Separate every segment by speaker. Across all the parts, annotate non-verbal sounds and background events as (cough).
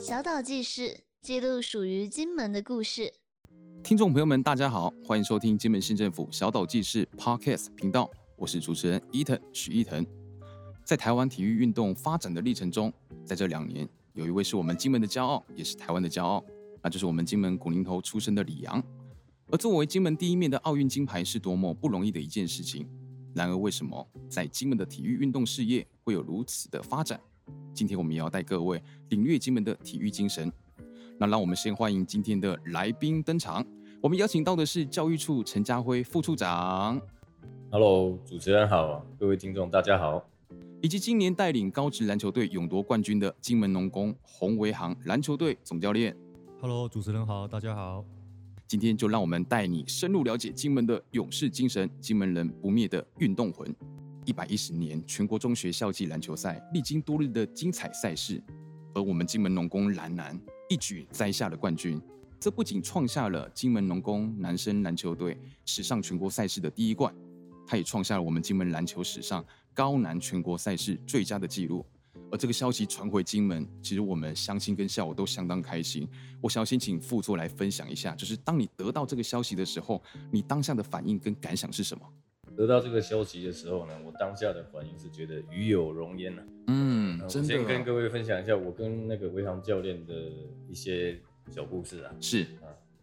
Speaker 1: 小岛纪事记录属于金门的故事。
Speaker 2: 听众朋友们，大家好，欢迎收听金门县政府小岛纪事 Podcast 频道，我是主持人伊藤许伊藤。在台湾体育运动发展的历程中，在这两年，有一位是我们金门的骄傲，也是台湾的骄傲，那就是我们金门古林头出身的李阳。而作为金门第一面的奥运金牌，是多么不容易的一件事情。然而，为什么在金门的体育运动事业会有如此的发展？今天我们也要带各位领略金门的体育精神。那让我们先欢迎今天的来宾登场。我们邀请到的是教育处陈家辉副处长，
Speaker 3: Hello，主持人好，各位听众大家好。
Speaker 2: 以及今年带领高职篮球队勇夺冠军的金门农工洪维航篮球队总教练。
Speaker 4: Hello，主持人好，大家好。
Speaker 2: 今天就让我们带你深入了解金门的勇士精神，金门人不灭的运动魂。一百一十年全国中学校际篮球赛历经多日的精彩赛事，而我们金门农工男篮一举摘下了冠军。这不仅创下了金门农工男生篮球队史上全国赛事的第一冠，它也创下了我们金门篮球史上高男全国赛事最佳的纪录。而这个消息传回金门，其实我们乡亲跟校友都相当开心。我想要先请副座来分享一下，就是当你得到这个消息的时候，你当下的反应跟感想是什么？
Speaker 3: 得到这个消息的时候呢，我当下的反应是觉得与有荣焉呐、啊
Speaker 2: 嗯
Speaker 3: 那呃我
Speaker 2: 真的
Speaker 4: 啊
Speaker 3: 先跟各位分享一下我跟那个维航教练的一些小故事啊。
Speaker 2: 是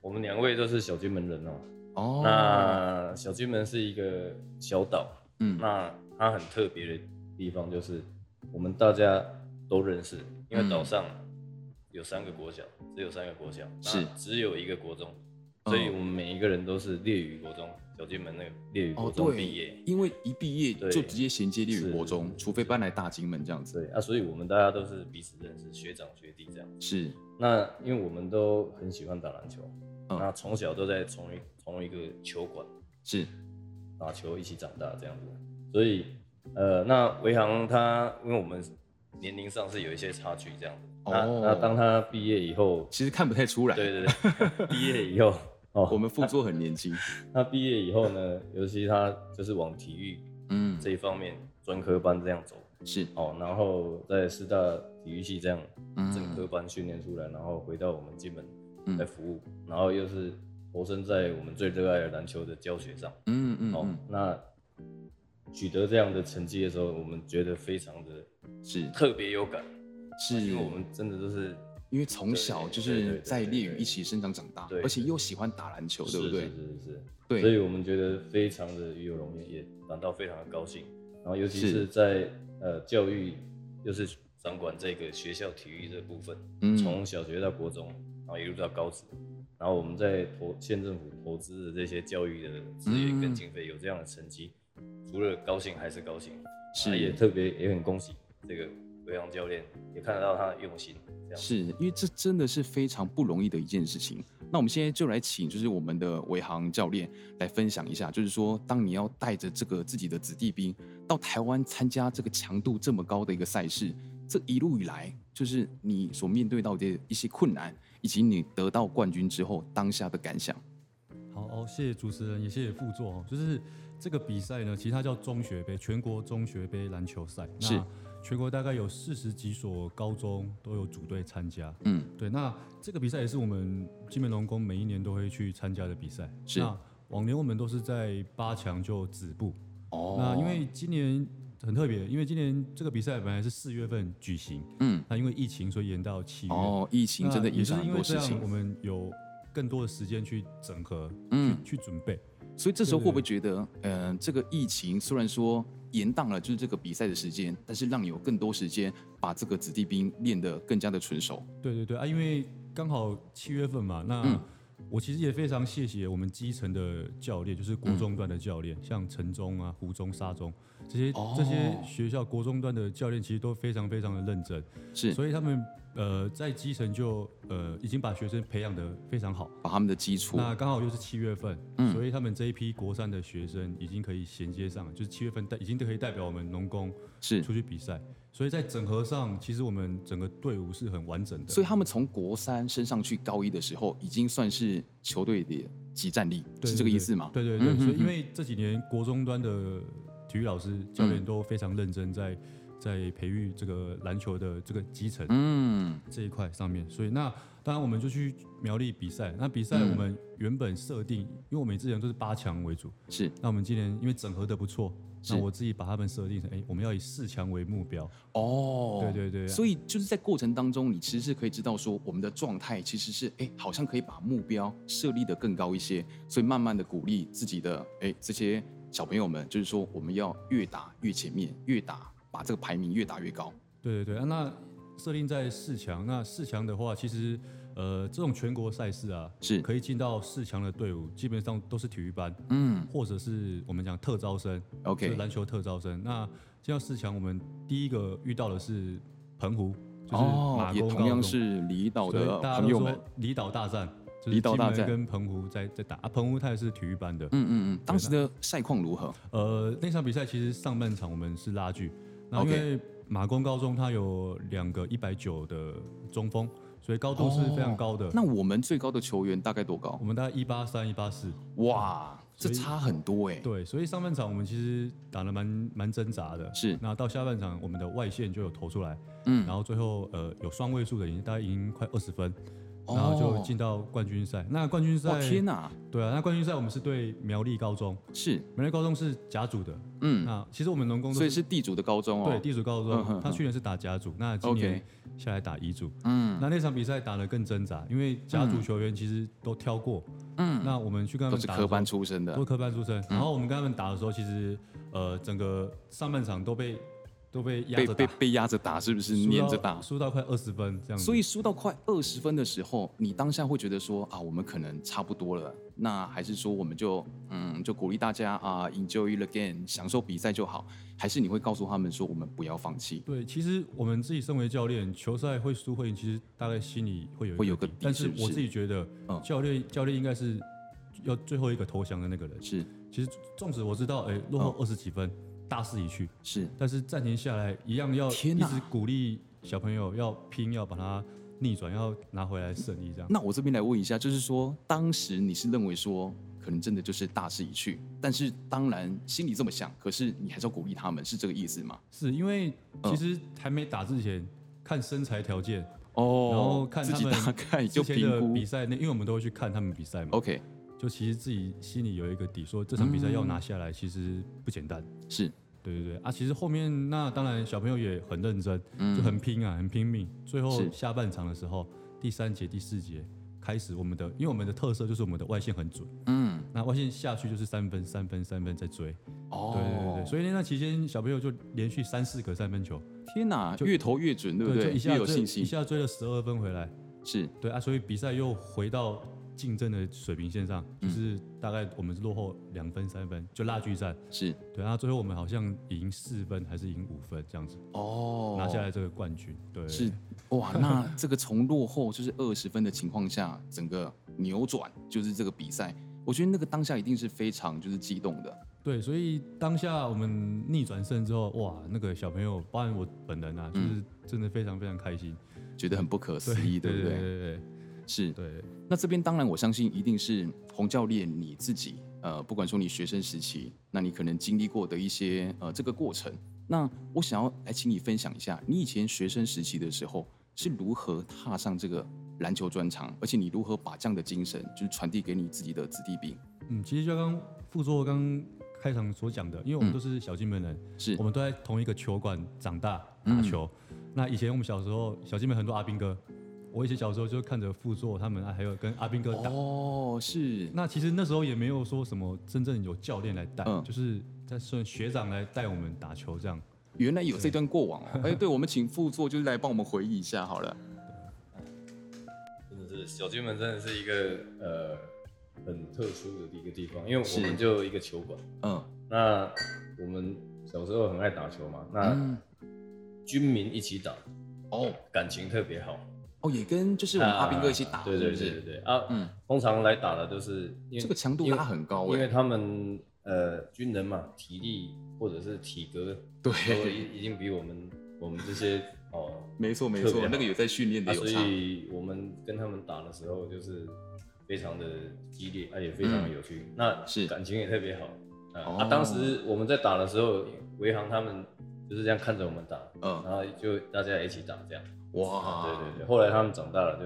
Speaker 3: 我们两位都是小金门人哦。
Speaker 2: 哦，
Speaker 3: 那小金门是一个小岛，
Speaker 2: 嗯
Speaker 3: 那它很特别的地方就是我们大家都认识，因
Speaker 2: 嗯
Speaker 3: 为岛上有三个国小，只有三个国小，那
Speaker 2: 是
Speaker 3: 只有一个国中，
Speaker 2: 嗯
Speaker 3: 所以我们每一个人都是烈屿国中，小金门那个烈屿国
Speaker 2: 哦
Speaker 3: 中毕业
Speaker 2: 对，。因为一毕业
Speaker 3: 对
Speaker 2: 就直接衔接立于国中
Speaker 3: 是，
Speaker 2: 除非搬来大金门这样子。
Speaker 3: 对啊，所以我们大家都是彼此认识，学长学弟这样。
Speaker 2: 是，
Speaker 3: 那因为我们都很喜欢打篮球，
Speaker 2: 嗯
Speaker 3: 那从小都在同一同一个球馆
Speaker 2: 是，
Speaker 3: 打球，一起长大这样子。所以，呃，那维航他因为我们年龄上是有一些差距这样子。那
Speaker 2: 哦
Speaker 3: 那当他毕业以后，
Speaker 2: 其实看不太出来。
Speaker 3: 对对对， (laughs) 毕业以后哦，
Speaker 2: 我们副座很年
Speaker 3: (laughs)
Speaker 2: 轻。
Speaker 3: 他毕业以后呢，尤其他就是往体育
Speaker 2: 嗯，
Speaker 3: 这一方面专科班这样走
Speaker 2: 是，
Speaker 3: 哦，然后在师大体育系这样整科
Speaker 2: 嗯，
Speaker 3: 班训练出来，然后回到我们金门
Speaker 2: 嗯
Speaker 3: 来服务，然后又是投身在我们最热爱的篮球的教学上。
Speaker 2: 嗯嗯
Speaker 3: 哦
Speaker 2: 嗯，，
Speaker 3: 那取得这样的成绩的时候，我们觉得非常的
Speaker 2: 是
Speaker 3: 特别有感，
Speaker 2: 是，
Speaker 3: 因为我们真的都是
Speaker 2: 因为从小就是在
Speaker 3: 对对对对对
Speaker 2: 烈屿一起生长长大
Speaker 3: 对，
Speaker 2: 而且又喜欢打篮球，对不对
Speaker 3: 是？是是是，所以
Speaker 2: 对，
Speaker 3: 我们觉得非常的与有荣焉，也感到非常的高兴。然后尤其
Speaker 2: 是
Speaker 3: 是在呃教育，就是掌管这个学校体育这部分，
Speaker 2: 嗯
Speaker 3: 从小学到国中，然后一路到高职，然后我们在投县政府投资的这些教育的资源
Speaker 2: 嗯
Speaker 3: 跟经费有这样的成绩，除了高兴还是高兴，啊
Speaker 2: 是
Speaker 3: 也特别也很恭喜这个维扬教练，也看得到他的用心，这样
Speaker 2: 是因为这真的是非常不容易的一件事情。那我们现在就来请，就是我们的维航教练来分享一下，就是说，当你要带着这个自己的子弟兵到台湾参加这个强度这么高的一个赛事，这一路以来，就是你所面对到的一些困难，以及你得到冠军之后当下的感想。
Speaker 4: 好哦，谢谢主持人，也谢谢副座哦。就是这个比赛呢，其实它叫中学杯，全国中学杯篮球赛。那
Speaker 2: 是
Speaker 4: 全国大概有四十几所高中都有组队参加。
Speaker 2: 嗯，
Speaker 4: 对，那这个比赛也是我们金门龙工每一年都会去参加的比赛。
Speaker 2: 是
Speaker 4: 那往年我们都是在八强就止步。
Speaker 2: 哦
Speaker 4: 那因为今年很特别，因为今年这个比赛本来是四月份举行，
Speaker 2: 嗯，
Speaker 4: 那因为疫情所以延到七月。
Speaker 2: 哦，疫情真的
Speaker 4: 那也
Speaker 2: 影
Speaker 4: 是
Speaker 2: 响很
Speaker 4: 因为
Speaker 2: 多
Speaker 4: 这
Speaker 2: 事情
Speaker 4: 样，我。们有更多的时间去整合，
Speaker 2: 嗯
Speaker 4: 去去准备。
Speaker 2: 所以这时候
Speaker 4: 对对
Speaker 2: 会不会觉得，嗯、这个疫情虽然说延宕了就是这个比赛的时间，但是让你有更多时间把这个子弟兵练得更加的纯熟。
Speaker 4: 对对对啊，因为刚好七月份嘛，那、
Speaker 2: 嗯
Speaker 4: 我其实也非常谢谢我们基层的教练，就是国中段的教练，像陈中啊、胡中、沙中这些、
Speaker 2: 嗯哦
Speaker 4: 这些学校国中段的教练，其实都非常非常的认真，
Speaker 2: 是
Speaker 4: 所以他们呃在基层就呃已经把学生培养得非常好。
Speaker 2: 把他们的基础，
Speaker 4: 那刚好又是七月份，
Speaker 2: 嗯
Speaker 4: 所以他们这一批国三的学生已经可以衔接上了，就是七月份代已经可以代表我们农工
Speaker 2: 是，
Speaker 4: 出去比赛，所以在整合上，其实我们整个队伍是很完整的。
Speaker 2: 所以他们从国三升上去高一的时候，已经算是球队的集战力，
Speaker 4: 对
Speaker 2: 是这个意思吗？
Speaker 4: 对对对，
Speaker 2: 嗯哼嗯
Speaker 4: 所以
Speaker 2: 哼
Speaker 4: 因为这几年国中端的体育老师教练都非常认真在在培育这个篮球的这个基层
Speaker 2: 嗯，
Speaker 4: 这一块上面。所以那当然我们就去苗栗比赛。那比赛
Speaker 2: 嗯
Speaker 4: 我们原本设定，因为我们之前都是八强为主，
Speaker 2: 是
Speaker 4: 那我们今年因为整合的不错，
Speaker 2: 是
Speaker 4: 那我自己把他们设定成，哎、我们要以四强为目标。
Speaker 2: 哦，
Speaker 4: 对对对
Speaker 2: 所以就是在过程当中，你其实是可以知道说我们的状态其实是哎、诶好像可以把目标设立的更高一些，所以慢慢的鼓励自己的哎、诶这些小朋友们，就是说我们要越打越前面，越打把这个排名越打越高。
Speaker 4: 对对对，啊那设定在四强，那四强的话，其实呃，这种全国赛事啊，
Speaker 2: 是
Speaker 4: 可以进到四强的队伍，基本上都是体育班，
Speaker 2: 嗯
Speaker 4: 或者是我们讲特招生就是
Speaker 2: ，OK，
Speaker 4: 篮球特招生。那进到四强，我们第一个遇到的是澎湖，就是
Speaker 2: 哦
Speaker 4: 马，
Speaker 2: 也
Speaker 4: 公
Speaker 2: 同样
Speaker 4: 高中
Speaker 2: 是离岛
Speaker 4: 所以
Speaker 2: 的
Speaker 4: 大家
Speaker 2: 朋
Speaker 4: 都
Speaker 2: 友
Speaker 4: 说
Speaker 2: 们，
Speaker 4: 离岛大战，就是
Speaker 2: 离岛大
Speaker 4: 金门
Speaker 2: 战
Speaker 4: 跟澎湖在在打啊，澎湖它也是体育班的，
Speaker 2: 嗯嗯嗯，当时的赛况如何？
Speaker 4: 呃，那场比赛其实上半场我们是拉锯，那因为马公高中它有两个一百九的中锋，所以高度是非常高的。
Speaker 2: 哦那我们最高的球员大概多高
Speaker 4: 我？们大概一八三、一八四，
Speaker 2: 哇，这
Speaker 4: 所以
Speaker 2: 差很多哎、
Speaker 4: 对，所以上半场我们其实打得蛮蛮挣扎的。
Speaker 2: 是
Speaker 4: 那到下半场我们的外线就有投出来，
Speaker 2: 嗯
Speaker 4: 然后最后呃有双位数的赢，大概赢快二十分，然后就进到冠军赛。那冠军
Speaker 2: 哦哇
Speaker 4: 赛，
Speaker 2: 天哪、
Speaker 4: 对啊，那冠军赛我们是对苗栗高中，
Speaker 2: 是，
Speaker 4: 苗栗高中是甲组的。
Speaker 2: 嗯，
Speaker 4: 那其实我们农工都
Speaker 2: 所以是地主的高中哦，
Speaker 4: 对，地主高
Speaker 2: 嗯哼
Speaker 4: 中，他
Speaker 2: 哼
Speaker 4: 去年是打甲组，那今
Speaker 2: OK
Speaker 4: 年下来打乙组。
Speaker 2: 嗯
Speaker 4: 那那场比赛打得更挣扎，因为甲组球员其实都挑过。
Speaker 2: 嗯，
Speaker 4: 那我们去跟他
Speaker 2: 都
Speaker 4: 们
Speaker 2: 是
Speaker 4: 打，
Speaker 2: 科班，出身
Speaker 4: 都是
Speaker 2: 的，
Speaker 4: 科班出
Speaker 2: 嗯
Speaker 4: 身。然后我们跟他们打的时候，其实呃，整个上半场都被都被压
Speaker 2: 被
Speaker 4: 着
Speaker 2: 被
Speaker 4: 打，
Speaker 2: 被压着打，是不是
Speaker 4: 输
Speaker 2: 黏
Speaker 4: 到
Speaker 2: 着打？
Speaker 4: 输到快二十分这样子。
Speaker 2: 所以输到快二十分的时候，你当下会觉得说啊，我们可能差不多了，那还是说我们就嗯，就鼓励大家啊，enjoy the game，享受比赛就好，还是你会告诉他们说我们不要放弃？
Speaker 4: 对，其实我们自己身为教练，球赛会输会赢，其实大概心里会有一
Speaker 2: 会有个底
Speaker 4: 但
Speaker 2: 是
Speaker 4: 是
Speaker 2: 不
Speaker 4: 我
Speaker 2: 是
Speaker 4: 自己觉得
Speaker 2: 嗯，
Speaker 4: 教练教练应该是要最后一个投降的那个人。
Speaker 2: 是
Speaker 4: 其实纵使我知道，哎、落
Speaker 2: 嗯
Speaker 4: 后二十几分，大势已去，
Speaker 2: 是，
Speaker 4: 但是暂停下来一样要
Speaker 2: 天
Speaker 4: 一
Speaker 2: 哪
Speaker 4: 直鼓励小朋友要拼，要把它逆转，要拿回来胜利这样。
Speaker 2: 那我这边来问一下，就是说，当时你是认为说，可能真的就是大势已去，但是当然心里这么想，可是你还是要鼓励他们，是这个意思吗？
Speaker 4: 是因为
Speaker 2: 嗯
Speaker 4: 其实还没打之前，看身材条件，
Speaker 2: 哦，
Speaker 4: 然后看
Speaker 2: 自
Speaker 4: 他
Speaker 2: 己
Speaker 4: 们
Speaker 2: 大概就
Speaker 4: 之前
Speaker 2: 评
Speaker 4: 的
Speaker 2: 估
Speaker 4: 比赛，那因为我们都会去看他们比赛嘛，
Speaker 2: ，OK，
Speaker 4: 就其实自己心里有一个底，说这场比赛要
Speaker 2: 嗯
Speaker 4: 拿下来其实不简单。
Speaker 2: 是，
Speaker 4: 对对对啊，其实后面那当然小朋友也很认真，
Speaker 2: 嗯
Speaker 4: 就很拼啊，很拼命。最后
Speaker 2: 是
Speaker 4: 下半场的时候，第三节、第四节开始，我们的因为我们的特色就是我们的外线很准，
Speaker 2: 嗯，
Speaker 4: 那外线下去就是三分、三分、三分在追。
Speaker 2: 哦，
Speaker 4: 对对对，所以那段期间小朋友就连续三四个三分球，
Speaker 2: 天哪，
Speaker 4: 就
Speaker 2: 越投越准，对不对？
Speaker 4: 就一
Speaker 2: 越
Speaker 4: 下
Speaker 2: 有
Speaker 4: 追
Speaker 2: 信
Speaker 4: 一
Speaker 2: 心，
Speaker 4: 下追了十二分回来。
Speaker 2: 是，
Speaker 4: 对啊，所以比赛又回到竞争的水平线上，
Speaker 2: 嗯
Speaker 4: 就是大概我们是落后两分、三分，就拉锯战。
Speaker 2: 是，
Speaker 4: 对啊，最后我们好像赢四分还是赢五分这样子。
Speaker 2: 哦，
Speaker 4: 拿下来这个冠军。对，
Speaker 2: 是，哇，那这个从落后就是二十分的情况下，整个扭转就是这个比赛，我觉得那个当下一定是非常就是激动的，
Speaker 4: 对，所以当下我们逆转胜之后，哇，那个小朋友，包含我本人啊，
Speaker 2: 嗯
Speaker 4: 就是真的非常非常开心。
Speaker 2: 觉得很不可思议，不
Speaker 4: 对
Speaker 2: 对？
Speaker 4: 对
Speaker 2: 是
Speaker 4: 对，对
Speaker 2: 那这边当然，我相信一定是洪教练你自己，呃，不管说你学生时期，那你可能经历过的一些呃这个过程。那我想要来请你分享一下，你以前学生时期的时候是如何踏上这个篮球专长，而且你如何把这样的精神就是传递给你自己的子弟兵？
Speaker 4: 嗯，其实就刚刚副座刚开场所讲的，因为我
Speaker 2: 嗯
Speaker 4: 们都是小金门人，
Speaker 2: 是嗯
Speaker 4: 我们都在同一个球馆长大打球。那以前我们小时候，小金门很多阿兵哥，我以前小时候就看着副座他们，啊还有跟阿兵哥打。
Speaker 2: 哦，是
Speaker 4: 那其实那时候也没有说什么真正有教练来带，
Speaker 2: 嗯
Speaker 4: 就是在算学长来带我们打球这样。
Speaker 2: 原来有这段过往
Speaker 3: (laughs)
Speaker 2: 哦。哎，对，我们请副座就是来帮我们回忆一下好了。
Speaker 3: 真的是小金门真的是一个呃很特殊的一个地方，因为
Speaker 2: 是
Speaker 3: 我们就一个球馆。
Speaker 2: 嗯，
Speaker 3: 那我们小时候很爱打球嘛，那
Speaker 2: 嗯
Speaker 3: 军民一起打，
Speaker 2: 哦
Speaker 3: 感情特别好。
Speaker 2: 哦，也跟就是我们阿兵哥一起打，
Speaker 3: 啊对
Speaker 2: 是
Speaker 3: 对
Speaker 2: 不
Speaker 3: 对对
Speaker 2: 是？
Speaker 3: 对啊，
Speaker 2: 嗯
Speaker 3: 通常来打的都是因为
Speaker 2: 这个强度
Speaker 3: 因为
Speaker 2: 拉很高
Speaker 3: 因为
Speaker 2: 哎，
Speaker 3: 他们呃军人嘛，体力或者是体格都
Speaker 2: 对，
Speaker 3: 已已经比我们我们这些哦，
Speaker 2: 没错没
Speaker 3: 特别
Speaker 2: 错，
Speaker 3: 好
Speaker 2: 那个有在训练
Speaker 3: 啊
Speaker 2: 的有
Speaker 3: 所
Speaker 2: 差。
Speaker 3: 以我们跟他们打的时候就是非常的激烈，啊也非常的有趣，那
Speaker 2: 嗯是
Speaker 3: 感情也特别好。啊，
Speaker 2: 哦
Speaker 3: 啊当时我们在打的时候，维航他们就是这样看着我们打，
Speaker 2: 嗯
Speaker 3: 然后就大家一起打这样。
Speaker 2: 哇，
Speaker 3: 啊对对对，后来他们长大了就，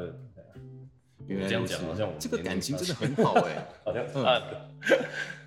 Speaker 2: 原来
Speaker 3: 这样
Speaker 2: 如此
Speaker 3: 讲好像我们
Speaker 2: 这个
Speaker 3: 年
Speaker 2: 感
Speaker 3: 龄
Speaker 2: 情
Speaker 3: 差
Speaker 2: 真的
Speaker 3: 距
Speaker 2: 很好哎、
Speaker 3: 好像啊
Speaker 2: 嗯
Speaker 3: 差的。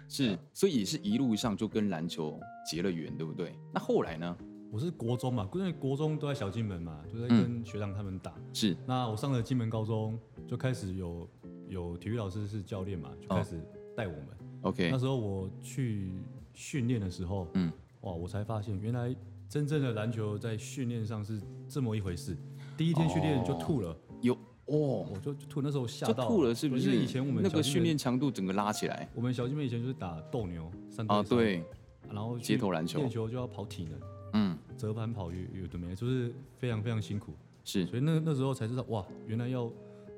Speaker 2: 是，所以也是一路上就跟篮球结了缘，对不对？那后来呢？
Speaker 4: 我是国中嘛，因为国中都在小金门嘛，就在
Speaker 2: 嗯
Speaker 4: 跟学长他们打。
Speaker 2: 是
Speaker 4: 那我上了金门高中，就开始有有体育老师是教练嘛，就
Speaker 2: 哦
Speaker 4: 开始带我们。
Speaker 2: OK，
Speaker 4: 那时候我去训练的时候，
Speaker 2: 嗯
Speaker 4: 嗯，哇，我才发现原来真正的篮球在训练上是这么一回事。第一天训练就吐了，
Speaker 2: 有哦，
Speaker 4: 我就就吐，那时候吓
Speaker 2: 就
Speaker 4: 到
Speaker 2: 吐了是不
Speaker 4: 对
Speaker 2: 是？
Speaker 4: 因为以前我们
Speaker 2: 那
Speaker 4: 小
Speaker 2: 个
Speaker 4: 金
Speaker 2: 训
Speaker 4: 门
Speaker 2: 练，强度整个拉起来
Speaker 4: 我们小金门以前就是打斗牛三
Speaker 2: 啊，
Speaker 4: 三
Speaker 2: 对，
Speaker 4: 然后去
Speaker 2: 街头篮球
Speaker 4: 练球就要跑体能，
Speaker 2: 嗯，
Speaker 4: 折返跑有有的没的，就是非常非常辛苦。
Speaker 2: 是
Speaker 4: 所以那那时候才知道，哇，原来要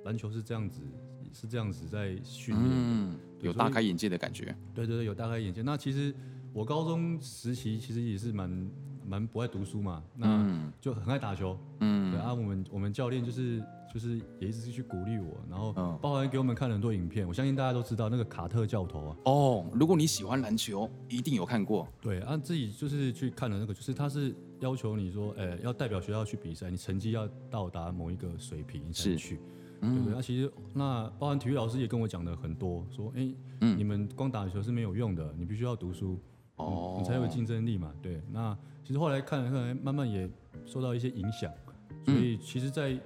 Speaker 4: 篮球是这样子，是这样子在训练。
Speaker 2: 嗯，
Speaker 4: 对
Speaker 2: 有
Speaker 4: 所以
Speaker 2: 大开眼界的感觉，
Speaker 4: 对对对，有大开眼界。那其实我高中时期其实也是蛮蛮不爱读书嘛，那
Speaker 2: 嗯
Speaker 4: 就很爱打球。对
Speaker 2: 嗯
Speaker 4: 啊，我们我们教练就是就是也一直去鼓励我，然后
Speaker 2: 嗯
Speaker 4: 包含给我们看了很多影片，我相信大家都知道那个卡特教头啊，
Speaker 2: 哦，如果你喜欢篮球，一定有看过
Speaker 4: 对啊，自己就是去看了那个，就是他是要求你说，呃，要代表学校去比赛，你成绩要到达某一个水平你
Speaker 2: 是嗯
Speaker 4: 才能去。对对，那、其实那包含体育老师也跟我讲的很多，说，哎、
Speaker 2: 嗯
Speaker 4: 你们光打球是没有用的，你必须要读书，你
Speaker 2: 哦，
Speaker 4: 嗯你才有竞争力嘛。对，那其实后来看来看来，慢慢也受到一些影响，所
Speaker 2: 嗯
Speaker 4: 以其实，在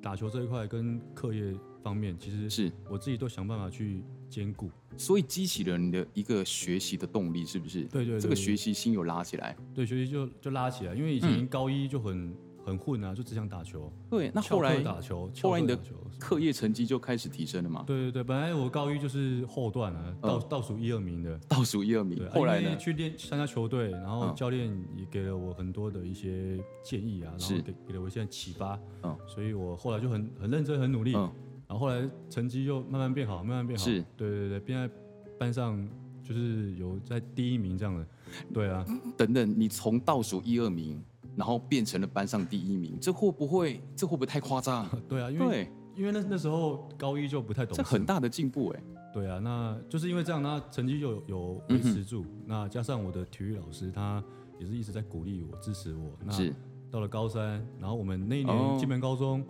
Speaker 4: 打球这一块跟课业方面，其实
Speaker 2: 是，
Speaker 4: 我自己都想办法去兼顾。
Speaker 2: 所以激起了你的一个学习的动力，是不是？
Speaker 4: 对对对
Speaker 2: 这个
Speaker 4: 对
Speaker 2: 学习心有拉起来。
Speaker 4: 对，学习就就拉起来，因为以前高一就很、很混啊，就只想打球。
Speaker 2: 对，嗯那
Speaker 4: 翘
Speaker 2: 后来
Speaker 4: 课打球，翘
Speaker 2: 后来
Speaker 4: 课
Speaker 2: 你的
Speaker 4: 打球
Speaker 2: 课业成绩就开始提升了嘛， (laughs)
Speaker 4: 对对对，本来我高一就是后段啊，
Speaker 2: 嗯
Speaker 4: 倒、倒数一二名的。
Speaker 2: 倒数一二
Speaker 4: 对
Speaker 2: 名。
Speaker 4: 啊，
Speaker 2: 后来
Speaker 4: 因为
Speaker 2: 呢？
Speaker 4: 去练参加球队，然后
Speaker 2: 嗯
Speaker 4: 教练也给了我很多的一些建议啊，然后
Speaker 2: 是
Speaker 4: 给给了我一些启发。
Speaker 2: 嗯
Speaker 4: 所以我后来就很很认真、很努力，
Speaker 2: 嗯，
Speaker 4: 然后后来成绩又慢慢变好，慢慢变好。
Speaker 2: 是
Speaker 4: 对对对，变在班上就是有在第一名这样的。对啊，
Speaker 2: 等等，你从倒数一二名，然后变成了班上第一名，这会不会这会不会太夸张？
Speaker 4: 对 (laughs) 啊，因为
Speaker 2: 对，
Speaker 4: 因为那那时候高一就不太懂事
Speaker 2: 这
Speaker 4: 嘛，
Speaker 2: 很嗯大的进步哎。
Speaker 4: 对啊，那就是因为这样，那成绩就有有维持住。那加上我的体育老师，他也是一直在鼓励我、支持我。那
Speaker 2: 是
Speaker 4: 到了高三，然后我们那一
Speaker 2: 哦
Speaker 4: 年金门高中，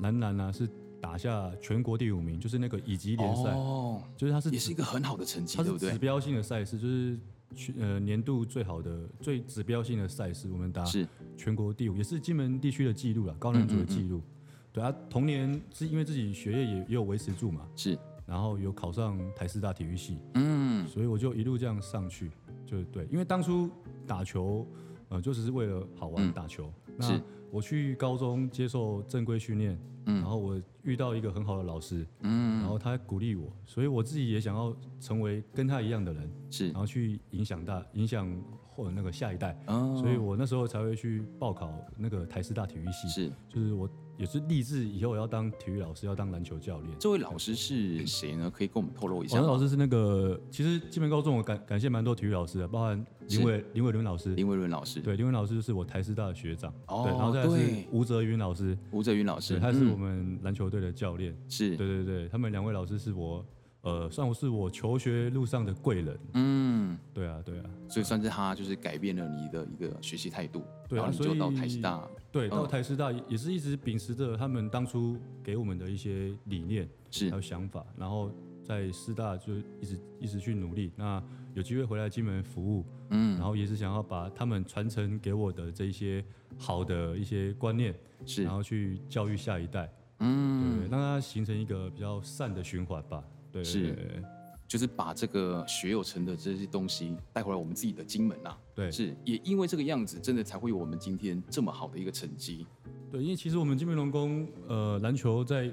Speaker 4: 男篮呢、是打下全国第五名，就是那个乙级联赛，
Speaker 2: 哦，
Speaker 4: 就是它是
Speaker 2: 也是一个很好的成绩，
Speaker 4: 它
Speaker 2: 对
Speaker 4: 是
Speaker 2: 不对
Speaker 4: 指？标性的赛事，就是去呃年度最好的、最指标性的赛事，我们打
Speaker 2: 是
Speaker 4: 全国第五，也是金门地区的记录了，高男组的记录。
Speaker 2: 嗯
Speaker 4: 对啊，同年是因为自己学业也也有维持住嘛，
Speaker 2: 是，
Speaker 4: 然后有考上台师大体育系。
Speaker 2: 嗯，
Speaker 4: 所以我就一路这样上去，就对，因为当初打球，呃，就只是为了好玩
Speaker 2: 嗯
Speaker 4: 打球。
Speaker 2: 是
Speaker 4: 那我去高中接受正规训练，
Speaker 2: 嗯
Speaker 4: 然后我遇到一个很好的老师，
Speaker 2: 嗯
Speaker 4: 然后他鼓励我，所以我自己也想要成为跟他一样的人，
Speaker 2: 是
Speaker 4: 然，后去影响大影响或者那个下一代，
Speaker 2: 哦
Speaker 4: 所以我那时候才会去报考那个台师大体育系，
Speaker 2: 是
Speaker 4: 就是我也是立志以后我要当体育老师，要当篮球教练。
Speaker 2: 这位老师是谁呢？可以跟我们透露一
Speaker 4: 我
Speaker 2: 下
Speaker 4: 那
Speaker 2: 吗？
Speaker 4: 老师是那个，其实金门高中我感感谢蛮多体育老师的，包含林伟林伟伦老师，
Speaker 2: 林伟伦老师，
Speaker 4: 对，林伟老师就是我台师大的学长，
Speaker 2: 哦
Speaker 4: 对，然后再来是
Speaker 2: 对
Speaker 4: 吴泽云老师，
Speaker 2: 吴哲云老师，
Speaker 4: 对，他是我
Speaker 2: 嗯
Speaker 4: 们篮球队的教练，
Speaker 2: 是
Speaker 4: 对对对，他们两位老师是我，呃，算我是我求学路上的贵人，
Speaker 2: 嗯，
Speaker 4: 对啊对啊
Speaker 2: 所以算是他就是改变了你的一个学习态度，
Speaker 4: 对
Speaker 2: 然
Speaker 4: 啊，
Speaker 2: 后你
Speaker 4: 所
Speaker 2: 就
Speaker 4: 以
Speaker 2: 到台师大，
Speaker 4: 对，
Speaker 2: 嗯
Speaker 4: 到台师大也也是一直秉持着他们当初给我们的一些理念，
Speaker 2: 是
Speaker 4: 还有想法，然后在师大就一直一直去努力，那有机会回来金门服务。然
Speaker 2: 嗯，
Speaker 4: 后也是想要把他们传承给我的这一些好的一些观念，
Speaker 2: 是
Speaker 4: 然，后去教育下一代，对
Speaker 2: 嗯，
Speaker 4: 让它形成一个比较善的循环吧。对，
Speaker 2: 是就是把这个学有成的这些东西带回来我们自己的金门啊，
Speaker 4: 对，
Speaker 2: 是也因为这个样子，真的才会有我们今天这么好的一个成绩。
Speaker 4: 对，因为其实我们金门龙宫，呃，篮球在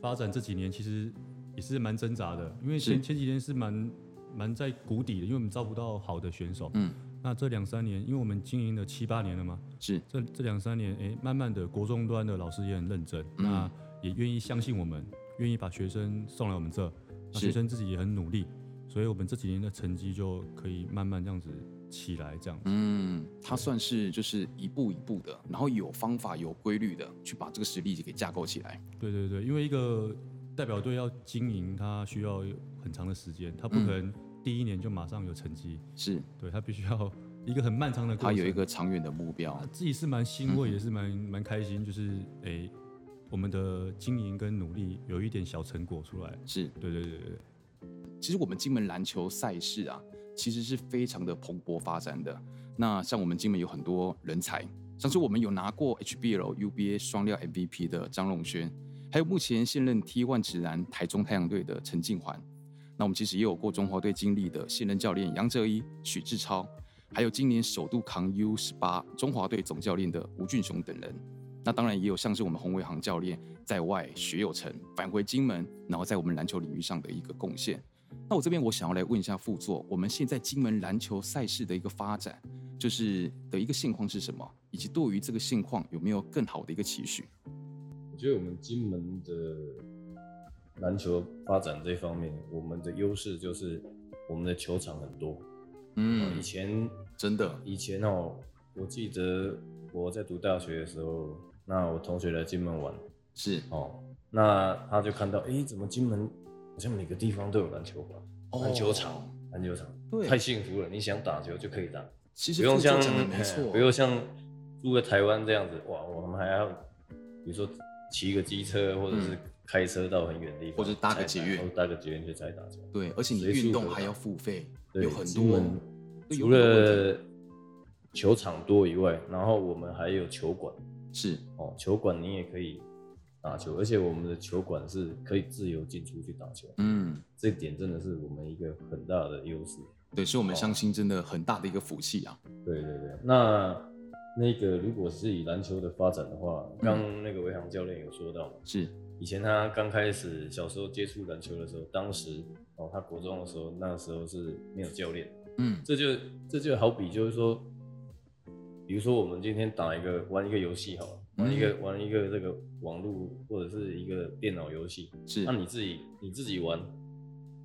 Speaker 4: 发展这几年其实也是蛮挣扎的，因为
Speaker 2: 是
Speaker 4: 前前几年是蛮蛮在谷底的，因为我们招不到好的选手。
Speaker 2: 嗯，
Speaker 4: 那这两三年，因为我们经营了七八年了嘛，
Speaker 2: 是
Speaker 4: 这这两三年，哎，慢慢的国中端的老师也很认真，
Speaker 2: 嗯
Speaker 4: 那也愿意相信我们，愿意把学生送来我们这，那
Speaker 2: 是
Speaker 4: 学生自己也很努力，所以我们这几年的成绩就可以慢慢这样子起来，这样子。
Speaker 2: 嗯，它算是就是一步一步的，然后有方法、有规律的去把这个实力给架构起来。
Speaker 4: 对对对，因为一个代表队要经营，它需
Speaker 2: 嗯
Speaker 4: 要很长的时间，它不可能第一年就马上有成绩，
Speaker 2: 是
Speaker 4: 对，它必须要一个很漫长的过
Speaker 2: 他
Speaker 4: 程。
Speaker 2: 有一个嗯长远的目标
Speaker 4: 啊，自己是蛮欣慰，也是蛮蛮开心，就是诶、我们的经营跟努力有一点小成果出来。
Speaker 2: 是
Speaker 4: 对对对对对，
Speaker 2: 其实我们金门篮球赛事啊，其实是非常的蓬勃发展的。那像我们金门有很多人才，像是我们有拿过 HBL、UBA 双料 MVP 的张龙轩，还有目前现任 T1 直男台中太阳队的陈静环。那我们其实也有过中华队经历的现任教练杨哲一、许志超，还有今年首度扛 U 十八中华队总教练的吴俊雄等人。那当然也有像是我们洪伟航教练在外学有成，返回金门，然后在我们篮球领域上的一个贡献。那我这边我想要来问一下副座，我们现在金门篮球赛事的一个发展，就是的一个现况是什么，以及对于这个现况有没有更好的一个期许？
Speaker 3: 我觉得我们金门的篮球发展这方面，我们的优势就是我们的球场很多。啊呃以
Speaker 2: 嗯，
Speaker 3: 前
Speaker 2: 真的，
Speaker 3: 以前哦，我记得我在读大学的时候，那我同学来金门玩
Speaker 2: 是
Speaker 3: 哦，那他就看到，诶，怎么金门好像每个地方都有篮球馆、篮球场、
Speaker 2: 哦
Speaker 3: 篮球场，
Speaker 2: 对
Speaker 3: 太幸福了！你想打球就可以打，
Speaker 2: 其
Speaker 3: 不
Speaker 2: 实
Speaker 3: 用
Speaker 2: 副座
Speaker 3: 像哎
Speaker 2: 讲的没错，
Speaker 3: 不用像住在台湾这样子，哇，我们还要比如说骑个机车，或者是
Speaker 2: 嗯
Speaker 3: 开车到很远的地方，
Speaker 2: 或者搭个捷运
Speaker 3: 或者搭个捷运去才打球。
Speaker 2: 对，而且你
Speaker 3: 随处
Speaker 2: 运动
Speaker 3: 可
Speaker 2: 还
Speaker 3: 打
Speaker 2: 要付费，
Speaker 3: 对
Speaker 2: 有很
Speaker 3: 金
Speaker 2: 多
Speaker 3: 门，
Speaker 2: 对有很
Speaker 3: 除
Speaker 2: 多问
Speaker 3: 了球场多以外，然后我们还有球馆
Speaker 2: 题是
Speaker 3: 哦，球馆你也可以打球，而且我们的球馆是可以自由进出去打球，
Speaker 2: 嗯。
Speaker 3: 这点真的是我们一个很大的优势。
Speaker 2: 对，是我
Speaker 3: 哦
Speaker 2: 们相亲真的很大的一个福气啊！
Speaker 3: 对对对，那那个如果是以篮球的发展的话，刚那个维航教练有说到，
Speaker 2: 是，
Speaker 3: 以前他刚开始小时候接触篮球的时候，当时哦他国中的时候，那时候是没有教练，
Speaker 2: 嗯，
Speaker 3: 这就这就好比就是说，比如说我们今天打一个玩一个游戏好了，玩一个、
Speaker 2: 嗯
Speaker 3: 玩一个这个网络或者是一个电脑游戏，
Speaker 2: 是。
Speaker 3: 那你自己你自己玩，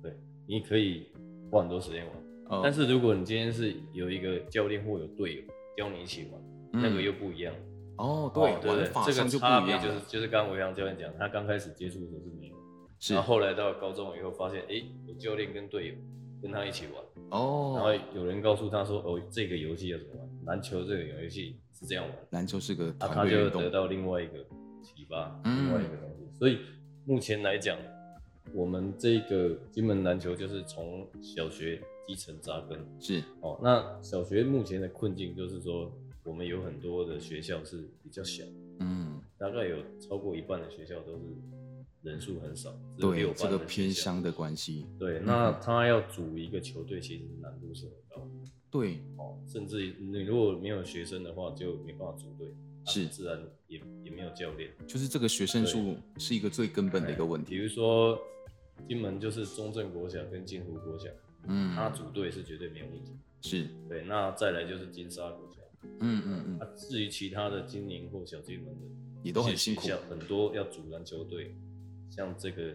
Speaker 3: 对，你可以花很多时间玩。
Speaker 2: 哦
Speaker 3: 但是如果你今天是有一个教练或有队友教你一起玩，那个
Speaker 2: 嗯
Speaker 3: 又不一样。
Speaker 2: 哦，对，
Speaker 3: 对
Speaker 2: 玩法
Speaker 3: 对，这
Speaker 2: 上
Speaker 3: 个
Speaker 2: 就不
Speaker 3: 差
Speaker 2: 一
Speaker 3: 别
Speaker 2: 样
Speaker 3: 就是
Speaker 2: 了，
Speaker 3: 就是刚刚维扬教练讲，他刚开始接触的时候是没有，
Speaker 2: 是
Speaker 3: 然后后来到高中以后发现，诶，有教练跟队友跟他一起玩。然后
Speaker 2: 哦，
Speaker 3: 有人告诉他说：“哦，这个游戏要怎么玩？篮球这个游戏是这样玩。
Speaker 2: 篮球是个”
Speaker 3: 啊，
Speaker 2: 团
Speaker 3: 他
Speaker 2: 队
Speaker 3: 就
Speaker 2: 运
Speaker 3: 得
Speaker 2: 动，
Speaker 3: 到另外一个启发，
Speaker 2: 嗯
Speaker 3: 另外一个东西。所以目前来讲，我们这个金门篮球就是从小学基层扎根。
Speaker 2: 是
Speaker 3: 哦，那小学目前的困境就是说，我们有很多的学校是比较小，
Speaker 2: 嗯，
Speaker 3: 大概有超过一半的学校都是人数很少，只有
Speaker 2: 对，
Speaker 3: 六班
Speaker 2: 这个
Speaker 3: 的学
Speaker 2: 偏
Speaker 3: 校
Speaker 2: 乡的关系，
Speaker 3: 对，那
Speaker 2: 嗯
Speaker 3: 他要组一个球队，其实难度是很高的。
Speaker 2: 对，
Speaker 3: 哦，甚至你如果没有学生的话，就没办法组队，啊
Speaker 2: 是
Speaker 3: 自然也也没有教练。
Speaker 2: 就是这个学生数是一个最根本的一个问
Speaker 3: 比
Speaker 2: 题。
Speaker 3: 如说金门就是中正国小跟金湖国小，
Speaker 2: 嗯，
Speaker 3: 他组队是绝对没有问题。
Speaker 2: 是，
Speaker 3: 对，那再来就是金沙国小，
Speaker 2: 嗯嗯嗯，
Speaker 3: 啊，至于其他的金陵或小金门的，
Speaker 2: 也都很
Speaker 3: 这些
Speaker 2: 辛苦
Speaker 3: 学，校很多要组篮球队，像这个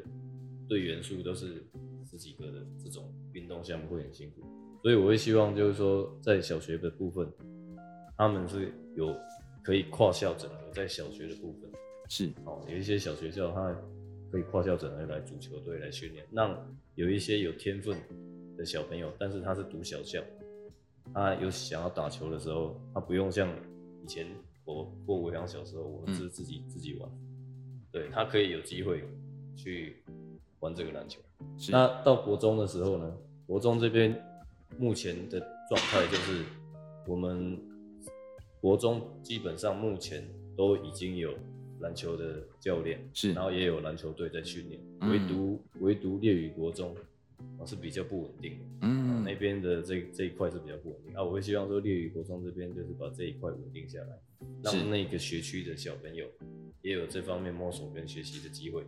Speaker 3: 队员数都是十几个的这种运动项目会很辛苦，所以我会希望就是说在小学的部分，他们是有可以跨校整合在小学的部分，
Speaker 2: 是
Speaker 3: 哦，有一些小学校它可以跨校整合来组球队来训练，让有一些有天分的小朋友，但是他是读小校，他有想要打球的时候，他不用像以前我或我想小时候，我们是自己、自己玩，对他可以有机会去玩这个篮球。
Speaker 2: 是，
Speaker 3: 那到国中的时候呢，国中这边目前的状态就是，我们国中基本上目前都已经有篮球的教练，
Speaker 2: 是
Speaker 3: 然后也有篮球队在训练，
Speaker 2: 嗯
Speaker 3: 唯独、唯独烈屿国中啊是比较不稳定的，啊
Speaker 2: 嗯
Speaker 3: 那边的这这一块是比较不稳定啊。我会希望说烈屿国中这边就是把这一块稳定下来，
Speaker 2: 是
Speaker 3: 让那个学区的小朋友也有这方面摸索跟学习的机会。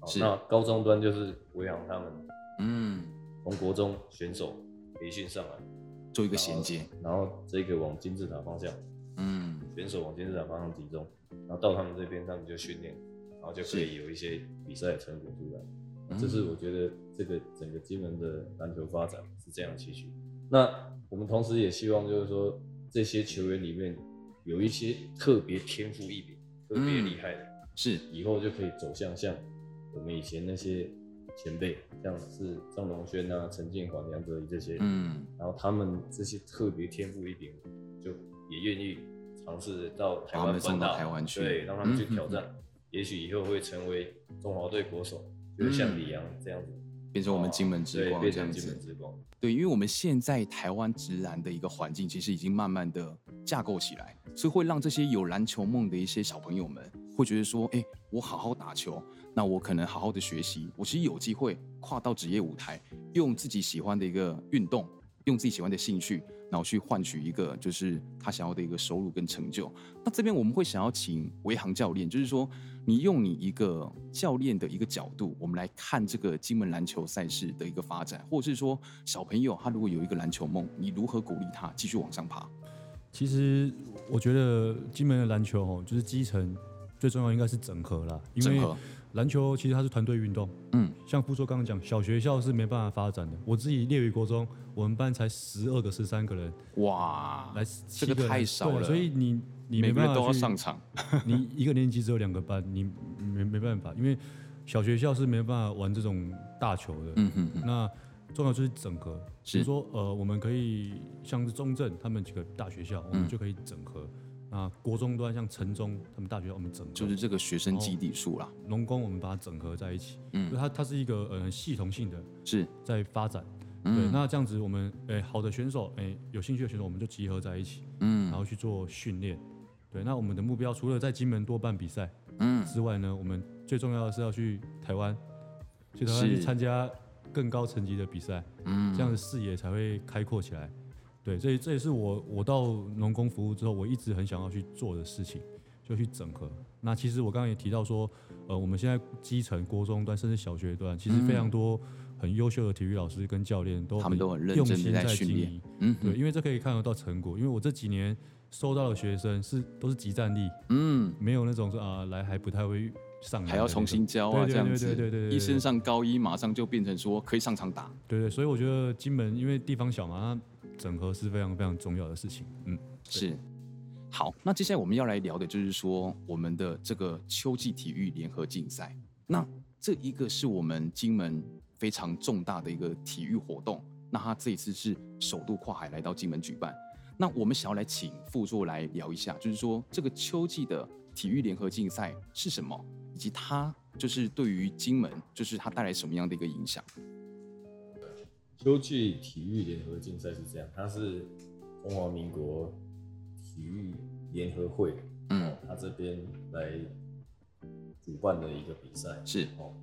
Speaker 3: 好
Speaker 2: 是
Speaker 3: 那高中端就是维扬他们
Speaker 2: 嗯，
Speaker 3: 从国中选手培训上来，
Speaker 2: 做一个衔接，
Speaker 3: 然后这个往金字塔方向，
Speaker 2: 嗯，
Speaker 3: 选手往金字塔方向集中，然后到他们这边，他们就训练，然后就可以有一些比赛的成果出来。
Speaker 2: 嗯
Speaker 3: 这是我觉得这个整个金门的篮球发展是这样的期许。那我们同时也希望，就是说这些球员里面有一些特别天赋异
Speaker 2: 嗯
Speaker 3: 禀、特别厉害的，
Speaker 2: 是
Speaker 3: 以后就可以走向像我们以前那些前辈，像是张龙轩啊、陈建华、杨哲仪这些，
Speaker 2: 嗯
Speaker 3: 然后他们这些特别天赋异禀，就也愿意尝试到台
Speaker 2: 把他
Speaker 3: 湾
Speaker 2: 们送
Speaker 3: 本
Speaker 2: 到
Speaker 3: 岛，
Speaker 2: 台湾去
Speaker 3: 对，让他们去
Speaker 2: 嗯嗯
Speaker 3: 挑战，也许以后会成为中华队国手，就是像李阳这样子，
Speaker 2: 变成我们金门嗯之
Speaker 3: 对，
Speaker 2: 光
Speaker 3: 变
Speaker 2: 这样
Speaker 3: 成金门
Speaker 2: 子。
Speaker 3: 之光，
Speaker 2: 对，因为我们现在台湾直篮的一个环境，其实已经慢慢的架构起来，所以会让这些有篮球梦的一些小朋友们，会觉得说，哎，我好好打球，那我可能好好的学习，我其实有机会跨到职业舞台，用自己喜欢的一个运动，用自己喜欢的兴趣，然后去换取一个就是他想要的一个收入跟成就。那这边我们会想要请维航教练，就是说你用你一个教练的一个角度，我们来看这个金门篮球赛事的一个发展，或者是说小朋友他如果有一个篮球梦，你如何鼓励他继续往上爬？
Speaker 4: 其实我觉得金门的篮球哦，就是基层最重要应该是整合啦，因
Speaker 2: 整
Speaker 4: 为
Speaker 2: 合，
Speaker 4: 篮球其实它是团队运动，
Speaker 2: 嗯，
Speaker 4: 像傅说刚刚讲，小学校是没办法发展的。我自己列于国中，我们班才十二个、十三个人，
Speaker 2: 哇，
Speaker 4: 来
Speaker 2: 这
Speaker 4: 七
Speaker 2: 个
Speaker 4: 人
Speaker 2: 太少
Speaker 4: 对
Speaker 2: 了
Speaker 4: 所以你你
Speaker 2: 每
Speaker 4: 没
Speaker 2: 个
Speaker 4: 办
Speaker 2: 人
Speaker 4: 法
Speaker 2: 都要
Speaker 4: 去哦
Speaker 2: 上场，
Speaker 4: 你一个年级只有两个班，你没没办法，因为小学校是没办法玩这种大球的。
Speaker 2: 嗯哼哼，
Speaker 4: 那重要就是整合，
Speaker 2: 是
Speaker 4: 比如说呃，我们可以像是中正他们几个大学校，我
Speaker 2: 嗯
Speaker 4: 们就可以整合。那国中端像城中他们大学校，我们整合，
Speaker 2: 就是这个学生基地数啦，
Speaker 4: 农工我们把它整合在一起。就
Speaker 2: 嗯，
Speaker 4: 它它是一个呃系统性的
Speaker 2: 是，
Speaker 4: 在发展。对，
Speaker 2: 嗯
Speaker 4: 那这样子我们诶、好的选手，诶、有兴趣的选手，我们就集合在一起，然
Speaker 2: 嗯
Speaker 4: 后去做训练。对，那我们的目标除了在金门多办比赛
Speaker 2: 嗯，
Speaker 4: 之外呢，我们最重要的是要去台湾，去台湾去
Speaker 2: 是
Speaker 4: 参加更高层级的比赛，
Speaker 2: 嗯
Speaker 4: 这样的视野才会开阔起来。对，这这也是我我到农工服务之后，我一直很想要去做的事情，就去整合。那其实我刚刚也提到说，呃，我们现在基层、国中端，甚至小学端，其实非常多很优秀的体育老师跟教练都
Speaker 2: 嗯他们都很认
Speaker 4: 用
Speaker 2: 真地
Speaker 4: 心
Speaker 2: 在
Speaker 4: 在
Speaker 2: 训
Speaker 4: 经
Speaker 2: 练
Speaker 4: 营。
Speaker 2: 嗯
Speaker 4: 对，
Speaker 2: 哼
Speaker 4: 因为这可以看得到成果。因为我这几年收到的学生是都是集战力，
Speaker 2: 嗯，
Speaker 4: 没有那种说啊、来还不太会上来的那种，
Speaker 2: 还要重新教啊，
Speaker 4: 对对
Speaker 2: 这样
Speaker 4: 对
Speaker 2: 子，
Speaker 4: 对对对对对
Speaker 2: 一升上高一，马上就变成说可以上场打，
Speaker 4: 对对，所以我觉得金门因为地方小嘛，它整合是非常非常重要的事情。嗯，
Speaker 2: 是。好，那接下来我们要来聊的就是说我们的这个秋季体育联合竞赛。那这一个是我们金门非常重大的一个体育活动，那它这一次是首度跨海来到金门举办。那我们想要来请副座来聊一下，就是说这个秋季的体育联合竞赛是什么，以及它就是对于金门就是它带来什么样的一个影响。
Speaker 3: 秋季体育联合竞赛是这样，它是中华民国体育联合会，
Speaker 2: 嗯，
Speaker 3: 它这边来主办的一个比赛。
Speaker 2: 是，
Speaker 3: 哦，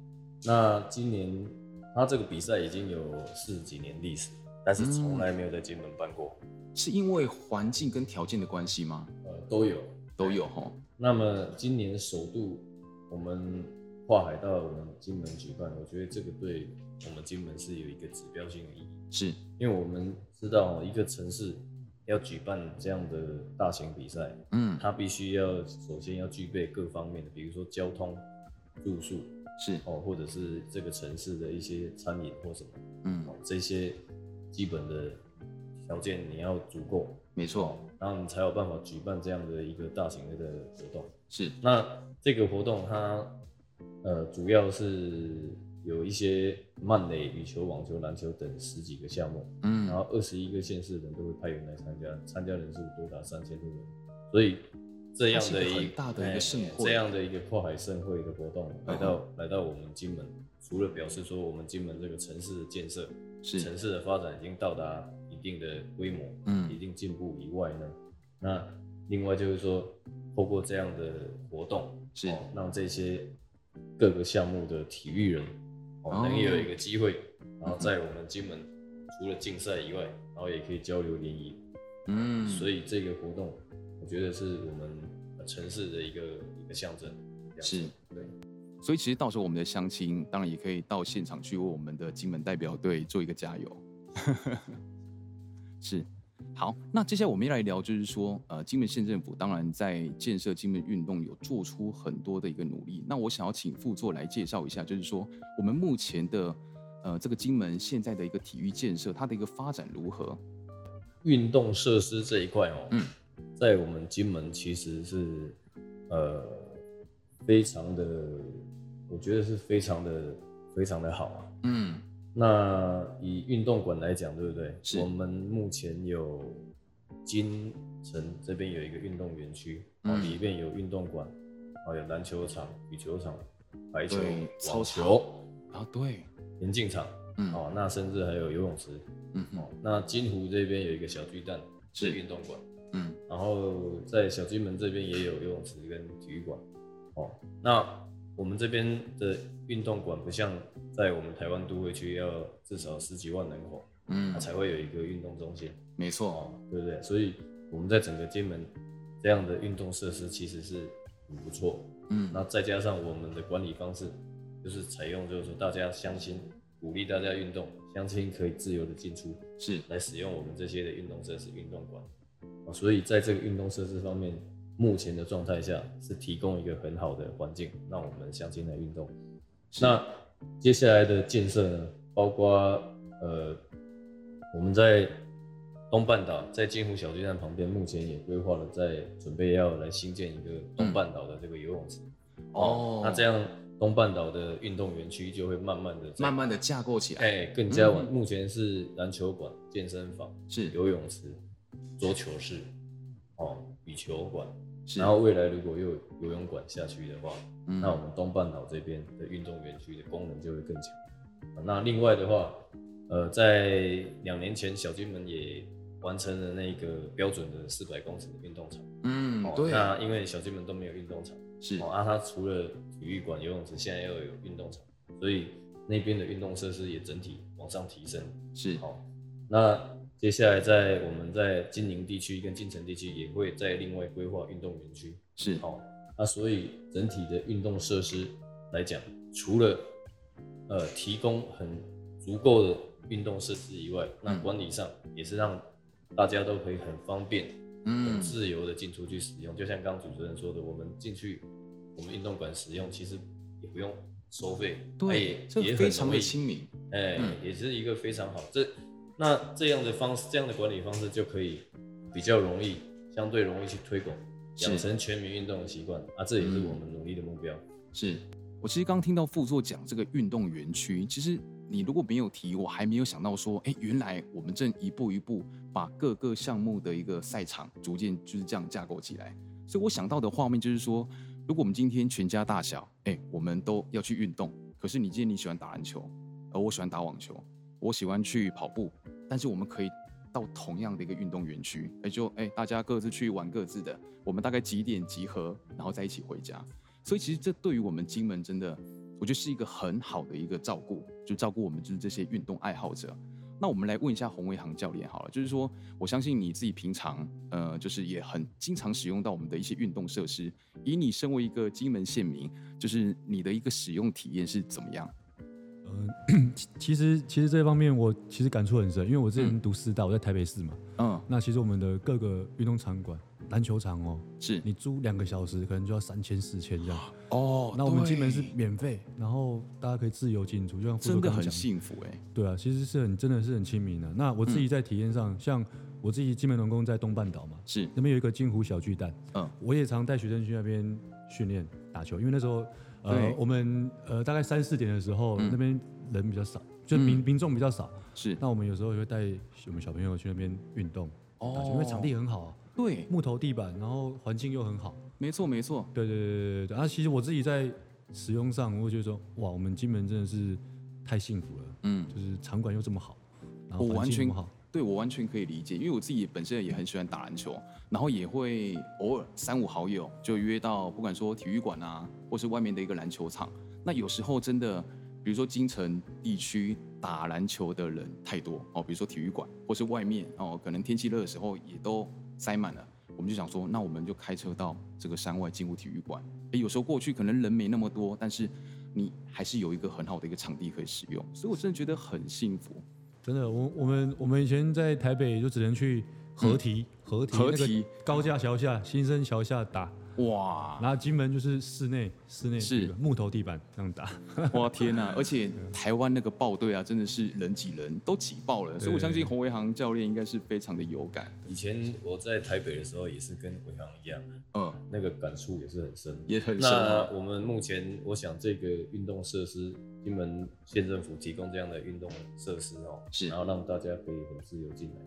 Speaker 3: 那今年它这个比赛已经有四十几年历史，但是从来没有在金门办过，
Speaker 2: 是因为环境跟条件的关系吗？
Speaker 3: 呃，都有。
Speaker 2: 都有哈。
Speaker 3: 那么今年首度我们跨海到我们金门举办，我觉得这个对我们金门是有一个指标性的意义。
Speaker 2: 是，
Speaker 3: 因为我们知道哦一个城市要举办这样的大型比赛，
Speaker 2: 嗯，
Speaker 3: 它必须要首先要具备各方面的，比如说交通、住宿
Speaker 2: 是，
Speaker 3: 哦，或者是这个城市的一些餐饮或什么
Speaker 2: 嗯
Speaker 3: 哦，，这些基本的条件你要足够，
Speaker 2: 没错，
Speaker 3: 然后你才有办法举办这样的一个大型的活动。
Speaker 2: 是，
Speaker 3: 那这个活动它呃主要是有一些慢垒、羽球、网球、篮球等十几个项目，
Speaker 2: 嗯
Speaker 3: 然后二十一个县市人都会派员来参加，参加人数多达三千多人，所以这样的
Speaker 2: 它是一个
Speaker 3: 一
Speaker 2: 很大的一个盛会嗯
Speaker 3: 哎这样的一个跨海盛会的活动，来到、来到我们金门，除了表示说我们金门这个城市的建设、城
Speaker 2: 是，
Speaker 3: 市的发展已经到达一定的规模、
Speaker 2: 嗯
Speaker 3: 一定进步以外呢，那另外就是说，透过这样的活动，
Speaker 2: 是
Speaker 3: 哦让这些各个项目的体育人
Speaker 2: 哦嗯
Speaker 3: 哦能有一个机会，然后在我们金门除了竞赛以外，然后也可以交流联谊，
Speaker 2: 嗯，
Speaker 3: 所
Speaker 2: 以
Speaker 3: 以这个活动我觉得是我们呃城市的一个一个象征，这样子
Speaker 2: 是，
Speaker 3: 对，
Speaker 2: 啊所以其实到时候我们的相亲，当然也可以到现场去为我们的金门代表队做一个加 (laughs) 油。是，好，那接下来我们要来聊，就是说，呃，金门县政府当然在建设金门运动有做出很多的一个努力。那我想要请副座来介绍一下，就是说我们目前的，呃，这个金门现在的一个体育建设，它的一个发展如何？
Speaker 3: 运动设施这一块哦，
Speaker 2: 嗯
Speaker 3: 在我们金门其实是呃非常的，我觉得是非常的非常的好啊。
Speaker 2: 嗯，
Speaker 3: 那以运动馆来讲，对不对？
Speaker 2: 是
Speaker 3: 我们目前有金城这边有一个运动园区，哦、
Speaker 2: 嗯
Speaker 3: 里面有运动馆，哦，有篮球场、羽球场、排球
Speaker 2: 对、操场
Speaker 3: 网球、
Speaker 2: 啊，对，
Speaker 3: 田径场，
Speaker 2: 嗯，
Speaker 3: 哦，那甚至还有游泳池。
Speaker 2: 嗯
Speaker 3: 哦
Speaker 2: 嗯，
Speaker 3: 那金湖这边有一个小巨蛋
Speaker 2: 是
Speaker 3: 是运动馆，
Speaker 2: 嗯，
Speaker 3: 然后在小金门这边也有游泳池跟体育馆。哦，那我们这边的运动馆不像在我们台湾都会区要至少十几万人口，它
Speaker 2: 嗯，
Speaker 3: 才会有一个运动中心，
Speaker 2: 没错，
Speaker 3: 哦，对不对？所以我们在整个金门这样的运动设施其实是很不错。
Speaker 2: 嗯，
Speaker 3: 那再加上我们的管理方式，就是采用就是说大家相亲，鼓励大家运动，相亲可以自由的进出，
Speaker 2: 是，
Speaker 3: 来使用我们这些的运动设施、运动馆。啊，所以在这个运动设施方面，目前的状态下是提供一个很好的环境，让我们相亲来运动。
Speaker 2: 是
Speaker 3: 那接下来的建设呢，包括呃，我们在东半岛，在金湖小巨蛋旁边，目前也规划了在准备要来新建一个东半岛的这个游泳池。
Speaker 2: 嗯
Speaker 3: 啊
Speaker 2: 哦，
Speaker 3: 那这
Speaker 2: 样
Speaker 3: 样东半岛的运动园区就会慢慢的
Speaker 2: 慢慢的架构起来，
Speaker 3: 哎、更加完。
Speaker 2: 嗯
Speaker 3: 目前是篮球馆、健身房、
Speaker 2: 是
Speaker 3: 游泳池、桌球室、哦羽球馆，
Speaker 2: 是
Speaker 3: 然，后未来如果又有游泳馆下去的话，
Speaker 2: 嗯
Speaker 3: 那我们东半岛这边的运动园区的功能就会更强。啊那另外的话，呃，在两年前小金门也完成了那个标准的四百公尺的运动场。
Speaker 2: 嗯，对，
Speaker 3: 哦那因为小金门都没有运动场，
Speaker 2: 是
Speaker 3: 哦，啊，它除了体育馆、游泳池，现在又有运动场，所以那边的运动设施也整体往上提升。
Speaker 2: 是，
Speaker 3: 好，那接下来在我们在金陵地区跟金城地区也会再另外规划运动园区。
Speaker 2: 是，
Speaker 3: 好，那所以整体的运动设施来讲，除了呃提供很足够的运动设施以外，那
Speaker 2: 嗯
Speaker 3: 管理上也是让大家都可以很方便、很
Speaker 2: 嗯，
Speaker 3: 自由的进出去使用。就像刚刚主持人说的，我们进去我们运动馆使用，其实也不用收费，它
Speaker 2: 对，
Speaker 3: 也哎
Speaker 2: 这
Speaker 3: 也
Speaker 2: 非
Speaker 3: 很
Speaker 2: 常
Speaker 3: 容
Speaker 2: 的
Speaker 3: 易
Speaker 2: 亲民，
Speaker 3: 哎、
Speaker 2: 嗯
Speaker 3: 也是一个非常好。这那这样的方式，这样的管理方式就可以比较容易，相对容易去推广，
Speaker 2: 是
Speaker 3: 养成全民运动的习惯啊，这也是
Speaker 2: 嗯
Speaker 3: 我们努力的目标。
Speaker 2: 是我其实刚听到副座讲这个运动园区，其实你如果没有提，我还没有想到说，哎，原来我们正一步一步把各个项目的一个赛场逐渐就是这样架构起来。所以我想到的画面就是说，如果我们今天全家大小，哎，我们都要去运动，可是你今天你喜欢打篮球，而我喜欢打网球，我喜欢去跑步，但是我们可以到同样的一个运动园区，哎，就哎大家各自去玩各自的，我们大概几点集合，然后再一起回家。所以其实这对于我们金门真的，我觉得是一个很好的一个照顾，就照顾我们就是这些运动爱好者。那我们来问一下洪维航教练好了，就是说，我相信你自己平常呃，就是也很经常使用到我们的一些运动设施。以你身为一个金门县民，就是你的一个使用体验是怎么样？
Speaker 4: 嗯，其 (coughs) 其实其实这方面我其实感触很深，因为我之前
Speaker 2: 嗯
Speaker 4: 读师大，我在台北市嘛。
Speaker 2: 嗯，
Speaker 4: 那其实我们的各个运动场馆，篮球场哦，
Speaker 2: 是
Speaker 4: 你租两个小时可能就要三千四千这样。
Speaker 2: 哦
Speaker 4: 那我们
Speaker 2: 对
Speaker 4: 金门是免费，然后大家可以自由进出，就像副
Speaker 2: 真
Speaker 4: 总
Speaker 2: 的
Speaker 4: 刚刚
Speaker 2: 很
Speaker 4: 讲，
Speaker 2: 幸福哎、
Speaker 4: 对啊，其实是很真的是很亲民的、那我自己在体验上，像我自己金门农工在东半岛嘛，
Speaker 2: 是
Speaker 4: 那边有一个金湖小巨蛋，
Speaker 2: 嗯，
Speaker 4: 我也常带学生去那边训练打球，因为那时候呃
Speaker 2: 对
Speaker 4: 我们呃大概三四点的时候，
Speaker 2: 嗯
Speaker 4: 那边人比较少，就民、
Speaker 2: 嗯
Speaker 4: 民众比较少，
Speaker 2: 是
Speaker 4: 那我们有时候也会带我们小朋友去那边运动
Speaker 2: 哦
Speaker 4: 打球，因为场地很好、啊，
Speaker 2: 对，
Speaker 4: 木头地板，然后环境又很好，
Speaker 2: 没错没错，
Speaker 4: 对对对对对。啊，其实我自己在使用上，我会觉得说，哇，我们金门真的是太幸福了，
Speaker 2: 嗯，
Speaker 4: 就是场馆又这么好，然后
Speaker 2: 我
Speaker 4: 环
Speaker 2: 完
Speaker 4: 境
Speaker 2: 全
Speaker 4: 又好，
Speaker 2: 对我完全可以理解，因为我自己本身也很喜欢打篮球，然后也会偶尔三五好友就约到，不管说体育馆啊，或是外面的一个篮球场。那有时候真的，比如说京城地区打篮球的人太多哦，比如说体育馆或是外面哦，可能天气热的时候也都塞满了。我们就想说，那我们就开车到这个山外进入体育馆。诶，有时候过去可能人没那么多，但是你还是有一个很好的一个场地可以使用，所以我真的觉得很幸福。
Speaker 4: 真的。我我们我们以前在台北就只能去河堤、河堤
Speaker 2: 嗯河
Speaker 4: 那个
Speaker 2: 堤
Speaker 4: 高架桥下、新生桥下打，
Speaker 2: 哇，
Speaker 4: 然后金门就是室内室内
Speaker 2: 是
Speaker 4: 地板木头地板这样打，
Speaker 2: 哇天呐、而且台湾那个爆队啊，真的是人挤人，都挤爆了，所以我相信洪维航教练应该是非常的有感。
Speaker 3: 以前我在台北的时候也是跟伟航一样，
Speaker 2: 嗯，
Speaker 3: 那个感触也是很深。
Speaker 2: 也很深啊
Speaker 3: 那我们目前，我想这个运动设施，金门县政府提供这样的运动设施哦，
Speaker 2: 是嗯
Speaker 3: 然后让大家可以很自由进来，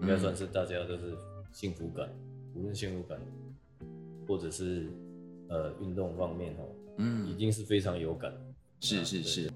Speaker 3: 应该算是大家都是幸福感，无论幸福感，或者是呃运动方面哦，已
Speaker 2: 嗯，
Speaker 3: 经是非常有感。
Speaker 2: 是
Speaker 3: 啊
Speaker 2: 是
Speaker 3: 对
Speaker 2: 是。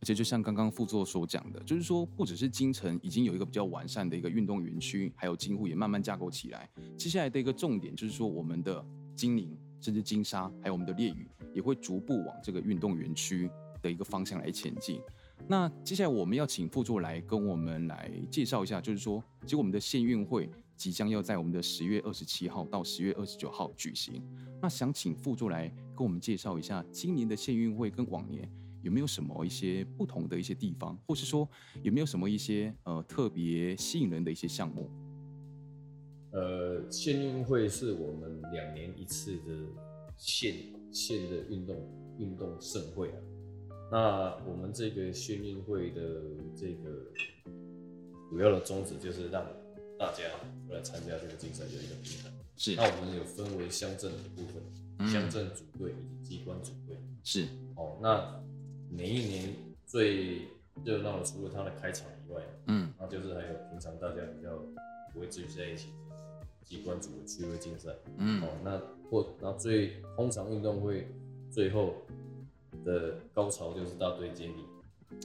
Speaker 2: 而且就像刚刚副座所讲的，就是说不只是金城已经有一个比较完善的一个运动园区，还有金湖也慢慢架构起来。接下来的一个重点就是说，我们的金陵甚至金沙，还有我们的烈屿，也会逐步往这个运动园区的一个方向来前进。那接下来我们要请副座来跟我们来介绍一下，就是说，其实我们的县运会即将要在我们的十月二十七号到十月二十九号举行。那想请副座来跟我们介绍一下今年的县运会跟往年有没有什么一些不同的一些地方，或是说有没有什么一些呃特别吸引人的一些项目？
Speaker 3: 呃，县运会是我们两年一次的县县的运动运动盛会啊。那我们这个县运会的这个主要的宗旨就是让大家来参加这个竞赛的一个平台。
Speaker 2: 是
Speaker 3: 那我们有分为乡镇的部分，
Speaker 2: 嗯
Speaker 3: 乡镇组队以及机关组队。
Speaker 2: 是
Speaker 3: 哦，那每一年最热闹的，除了它的开场以外，
Speaker 2: 嗯
Speaker 3: 那就是还有平常大家比较不会聚在一起机关组的趣味竞赛。
Speaker 2: 嗯
Speaker 3: 哦，那或那最通常运动会最后的高潮就是大队接力。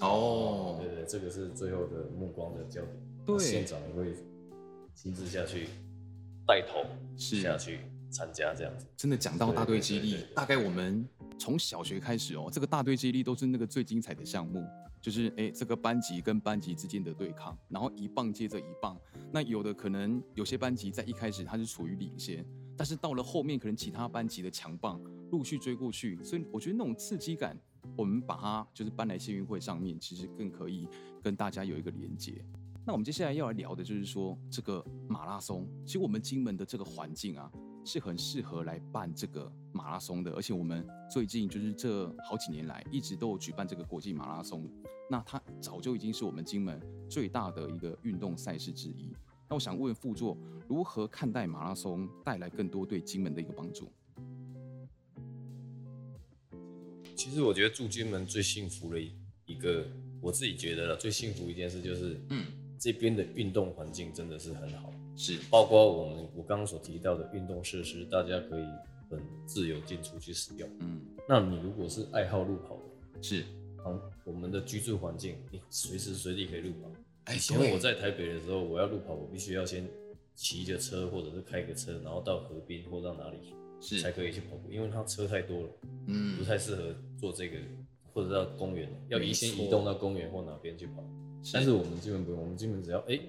Speaker 2: 哦
Speaker 3: 对对，这个是最后的目光的焦点。
Speaker 2: 对
Speaker 3: 那县长也会亲自下去带头
Speaker 2: 是
Speaker 3: 下去参加这样子。
Speaker 2: 真的讲到大队接
Speaker 3: 对对
Speaker 2: 力
Speaker 3: 对，对
Speaker 2: 大概我们从小学开始哦，这个大队接力都是那个最精彩的项目，就是哎、诶这个班级跟班级之间的对抗，然后一棒接着一棒。那有的可能有些班级在一开始它是处于领先，但是到了后面可能其他班级的强棒陆续追过去，所以我觉得那种刺激感，我们把它就是搬来县运会上面，其实更可以跟大家有一个连接。那我们接下来要来聊的就是说这个马拉松，其实我们金门的这个环境啊，是很适合来办这个马拉松的，而且我们最近就是这好几年来一直都有举办这个国际马拉松，那它早就已经是我们金门最大的一个运动赛事之一。那我想问副座，如何看待马拉松带来更多对金门的一个帮助？
Speaker 3: 其实我觉得驻军们最幸福的一一个，我自己觉得了最幸福一件事就是，
Speaker 2: 嗯，
Speaker 3: 这边的运动环境真的是很好，
Speaker 2: 是
Speaker 3: 包括我们我刚刚所提到的运动设施，大家可以很自由进出去使用。
Speaker 2: 嗯，
Speaker 3: 那你如果是爱好路跑的，
Speaker 2: 是，
Speaker 3: 好，我们的居住环境，你随时随地可以路跑。
Speaker 2: 哎
Speaker 3: 以前
Speaker 2: 对
Speaker 3: 我在台北的时候，我要路跑，我必须要先骑着车或者是开个车，然后到河边或到哪里才
Speaker 2: 是，
Speaker 3: 可以去跑步，因为它车太多了。
Speaker 2: 嗯
Speaker 3: 不，太适合做这个，或者到公园，要移先
Speaker 2: 没错
Speaker 3: 移动到公园或哪边去跑。但是我们基本不用，我们基本只要哎、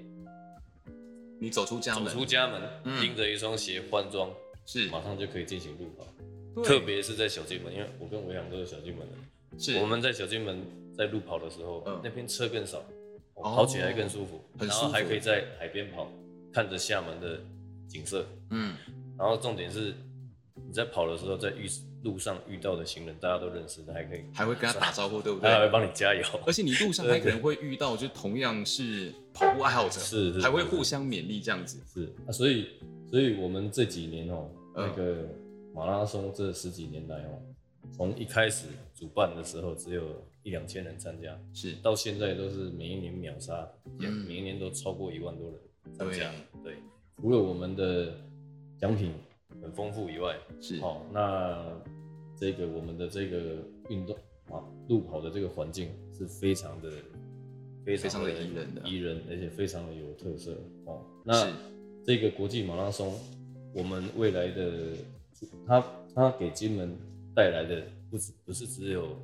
Speaker 2: 你走出家
Speaker 3: 走出家门，
Speaker 2: 嗯
Speaker 3: 拎着一双鞋换装，
Speaker 2: 是
Speaker 3: 马上就可以进行路跑。
Speaker 2: 对
Speaker 3: 特别是在小金门，因为我跟维扬都是小金门的，
Speaker 2: 是
Speaker 3: 我们在小金门在路跑的时候，
Speaker 2: 嗯
Speaker 3: 那边车更少，
Speaker 2: 哦
Speaker 3: 跑起来更舒服，
Speaker 2: 很
Speaker 3: 然
Speaker 2: 舒
Speaker 3: 后
Speaker 2: 服
Speaker 3: 还可以在海边跑，看着厦门的景色。
Speaker 2: 嗯
Speaker 3: 然后重点是你在跑的时候，在遇路上遇到的行人，大家都认识，还可以
Speaker 2: 还会跟他打招呼，对不
Speaker 3: 他还会
Speaker 2: 对？
Speaker 3: 帮你加
Speaker 2: (laughs)
Speaker 3: 油。
Speaker 2: 而且你路上还可能会遇到，就是同样是跑步爱好者，
Speaker 3: 是是
Speaker 2: 还会互相勉励这样子。
Speaker 3: 是啊，所以所以我们这几年哦、
Speaker 2: 嗯
Speaker 3: 那个马拉松这十几年来哦、从一开始主办的时候只有一两千人参加，
Speaker 2: 是，
Speaker 3: 到现在都是每一年秒杀，
Speaker 2: 嗯
Speaker 3: 每一年都超过一万多人参加。对，除了我们的奖品很丰富以外，
Speaker 2: 是，
Speaker 3: 好、那这个我们的这个运动啊，路跑的这个环境是非常的、非
Speaker 2: 非常
Speaker 3: 常
Speaker 2: 的宜人的
Speaker 3: 宜人，而且非常的有特色哦。
Speaker 2: 是
Speaker 3: 那这个国际马拉松，我们未来的它它给金门带来的不只不是只有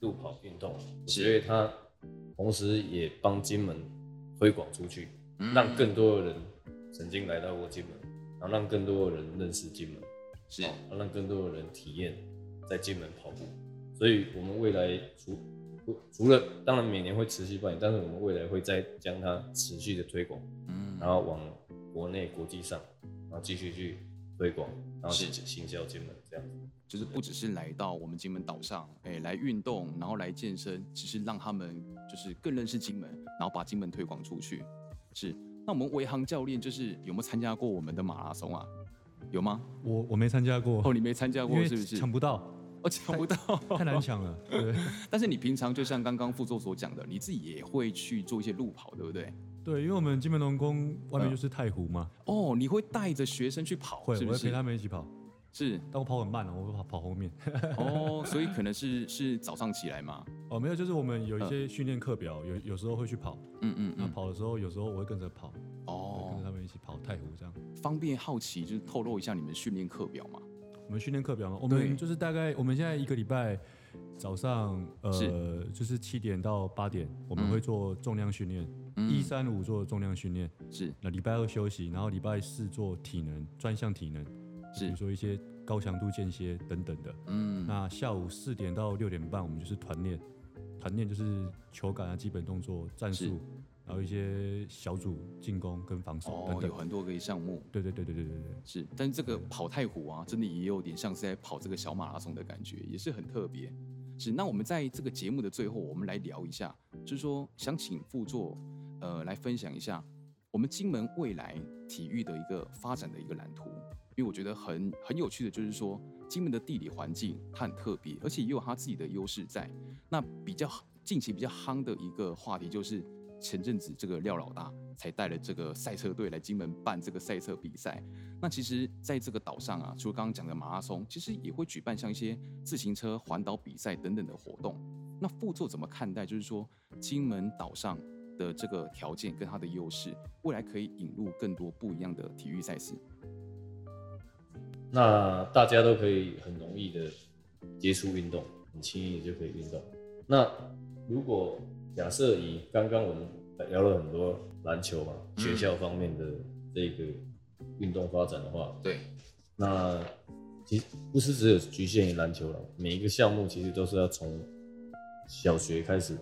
Speaker 3: 路跑运动，
Speaker 2: 是
Speaker 3: 因为它同时也帮金门推广出去，
Speaker 2: 嗯
Speaker 3: 让更多的人曾经来到过金门，然后让更多的人认识金门。
Speaker 2: 是
Speaker 3: 好，让更多的人体验在金门跑步。所以，我们未来除除除了当然每年会持续办理，但是我们未来会再将它持续的推广，
Speaker 2: 嗯
Speaker 3: 然后往国内、国际上，然后继续去推广，然后
Speaker 2: 是
Speaker 3: 去行销金门这样子。
Speaker 2: 就是不只是来到我们金门岛上，哎、来运动，然后来健身，只是让他们就是更认识金门，然后把金门推广出去。是，那我们维航教练就是有没有参加过我们的马拉松啊？有吗？
Speaker 4: 我我没参加过，
Speaker 2: 哦，你没参加
Speaker 4: 因
Speaker 2: 过
Speaker 4: 为
Speaker 2: 是不是？
Speaker 4: 抢不到，
Speaker 2: 哦，抢不到，
Speaker 4: 太难
Speaker 2: (laughs)
Speaker 4: 抢了。对
Speaker 2: 但是你平常就像刚刚副座所讲的，你自己也会去做一些路跑，对不对？
Speaker 4: 对，因为我们金门农工外面就是太
Speaker 2: (laughs)
Speaker 4: 湖嘛，
Speaker 2: 哦，你会带着学生去跑，
Speaker 4: 会
Speaker 2: 是
Speaker 4: 我
Speaker 2: 不
Speaker 4: 会陪
Speaker 2: 是？
Speaker 4: 他们一起跑，
Speaker 2: 是
Speaker 4: 但我跑很慢哦，我会跑跑后面。 (laughs)
Speaker 2: 哦，所以可能是是早上起来嘛，
Speaker 4: 哦，没有，就是我们有一些训练课表，有有时候会去跑，
Speaker 2: 嗯嗯
Speaker 4: 那
Speaker 2: 嗯，
Speaker 4: 跑的时候有时候我会跟着跑，对跟着
Speaker 2: 哦，
Speaker 4: 他们一起跑太湖这样。
Speaker 2: 方便好奇就是透露一下你们训练课表嘛？
Speaker 4: 我们训练课表嘛，我
Speaker 2: 对
Speaker 4: 们就是大概我们现在一个礼拜早上呃
Speaker 2: 是
Speaker 4: 就是七点到八点，我
Speaker 2: 嗯
Speaker 4: 们会做重量训练，一三五做重量训练，
Speaker 2: 是
Speaker 4: 那礼拜二休息，然后礼拜四做体能专项体能，比
Speaker 2: 是
Speaker 4: 如，说一些高强度间歇等等的。
Speaker 2: 嗯，
Speaker 4: 那下午四点到六点半，我们就是团练，团练就是球感啊、基本动作、战
Speaker 2: 是
Speaker 4: 术，然后一些小组进攻跟防守
Speaker 2: 哦
Speaker 4: 等，等
Speaker 2: 有。很多个项目
Speaker 4: 对对对对对对对。
Speaker 2: 是，但是这个跑太湖啊，真的也有点像是在跑这个小马拉松的感觉，也是很特别。是，那我们在这个节目的最后，我们来聊一下，就是说想请副座呃来分享一下我们金门未来体育的一个发展的一个蓝图，因为我觉得很很有趣的，就是说金门的地理环境它很特别，而且也有它自己的优势在。那比较近期比较夯的一个话题就是。前阵子，这个廖老大才带了这个赛车队来金门办这个赛车比赛。那其实，在这个岛上啊，除了刚刚讲的马拉松，其实也会举办像一些自行车环岛比赛等等的活动。那副座怎么看待？就是说，金门岛上的这个条件跟它的优势，未来可以引入更多不一样的体育赛事。
Speaker 3: 那大家都可以很容易的接触运动，很轻易就可以运动。那如果假设以刚刚我们聊了很多篮球嘛，
Speaker 2: 嗯
Speaker 3: 学校方面的这个运动发展的话，
Speaker 2: 对，
Speaker 3: 那其实不是只有局限于篮球了，每一个项目其实都是要从小学开始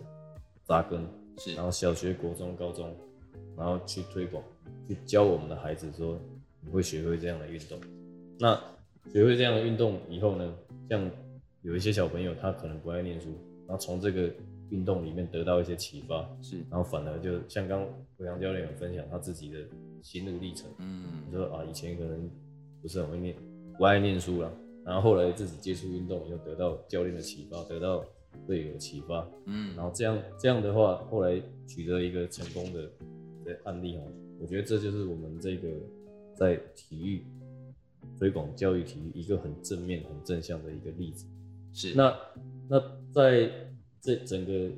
Speaker 3: 扎根，
Speaker 2: 是
Speaker 3: 然后小学、国中、高中，然后去推广，去教我们的孩子说，你会学会这样的运动。那学会这样的运动以后呢，像有一些小朋友他可能不爱念书，然后从这个运动里面得到一些启发，
Speaker 2: 是，
Speaker 3: 然后反而就像刚国阳教练有分享他自己的心路历程，
Speaker 2: 嗯
Speaker 3: 你，说啊，以前可能不是很会念，不爱念书啦，然后后来自己接触运动，又得到教练的启发，得到队友的启发，
Speaker 2: 嗯
Speaker 3: 然后这样这样的话，后来取得一个成功的的案例哦，我觉得这就是我们这个在体育推广教育体育一个很正面、很正向的一个例子。
Speaker 2: 嗯是
Speaker 3: 那那在这整个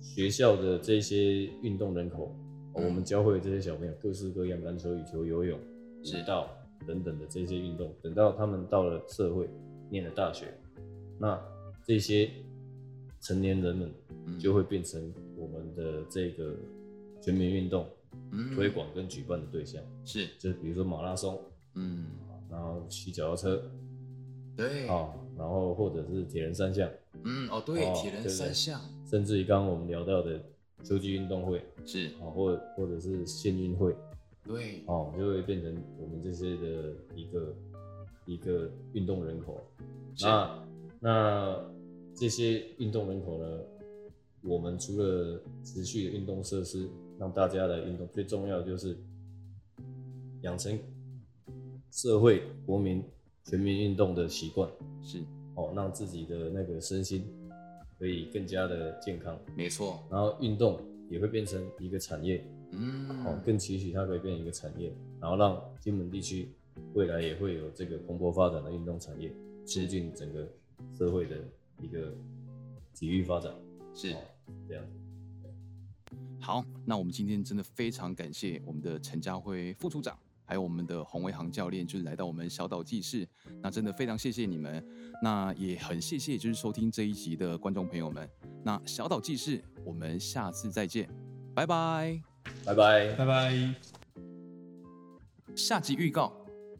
Speaker 3: 学校的这些运动人口，哦
Speaker 2: 嗯
Speaker 3: 我们教会这些小朋友各式各样篮球、羽球、游泳、
Speaker 2: 是
Speaker 3: 舞蹈等等的这些运动，等到他们到了社会，念了大学，那这些成年人们
Speaker 2: 嗯
Speaker 3: 就会变成我们的这个全民运动
Speaker 2: 嗯
Speaker 3: 推广跟举办的对象，
Speaker 2: 是，
Speaker 3: 就比如说马拉松，
Speaker 2: 嗯，
Speaker 3: 然后骑脚踏车
Speaker 2: 对
Speaker 3: 啊、然后或者是铁人三项。
Speaker 2: 嗯，哦，
Speaker 3: 哦铁人对对三
Speaker 2: 项
Speaker 3: 甚至于刚刚我们聊到的秋季运动会
Speaker 2: 是，
Speaker 3: 啊，或或者是县运会
Speaker 2: 对，
Speaker 3: 哦，就会变成我们这些的一个一个运动人口。
Speaker 2: 是
Speaker 3: 那那这些运动人口呢，我们除了持续的运动设施，让大家来运动，最重要的就是养成社会国民全民运动的习惯
Speaker 2: 是，
Speaker 3: 哦，让自己的那个身心可以更加的健康。
Speaker 2: 没错，
Speaker 3: 然后运动也会变成一个产业，哦
Speaker 2: 嗯，
Speaker 3: 更期许它可以变成一个产业，然后让金门地区未来也会有这个蓬勃发展的运动产业，促进整个社会的一个体育发展，
Speaker 2: 是
Speaker 3: 哦。这样子。
Speaker 2: 好，那我们今天真的非常感谢我们的陈家辉副处长，还有我们的洪维航教练，就是来到我们小岛记事。那真的非常谢谢你们，那也很谢谢就是收听这一集的观众朋友们。那小岛记事，我们下次再见，拜拜。
Speaker 3: 拜拜。
Speaker 4: 拜拜。
Speaker 2: 下集预告：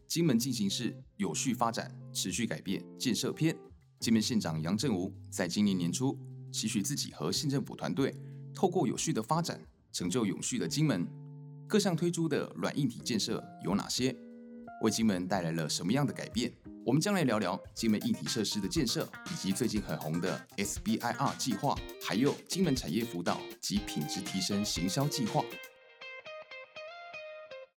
Speaker 2: 金门进行式有序发展，持续改变建设篇。金门县长杨振武在今年年初期许自己和县政府团队，透过有序的发展，成就永续的金门。各项推出的软硬体建设有哪些？为金门带来了什么样的改变？我们将来聊聊金门硬体设施的建设，以及最近很红的 SBIR 计划，还有金门产业辅导及品质提升行销计划。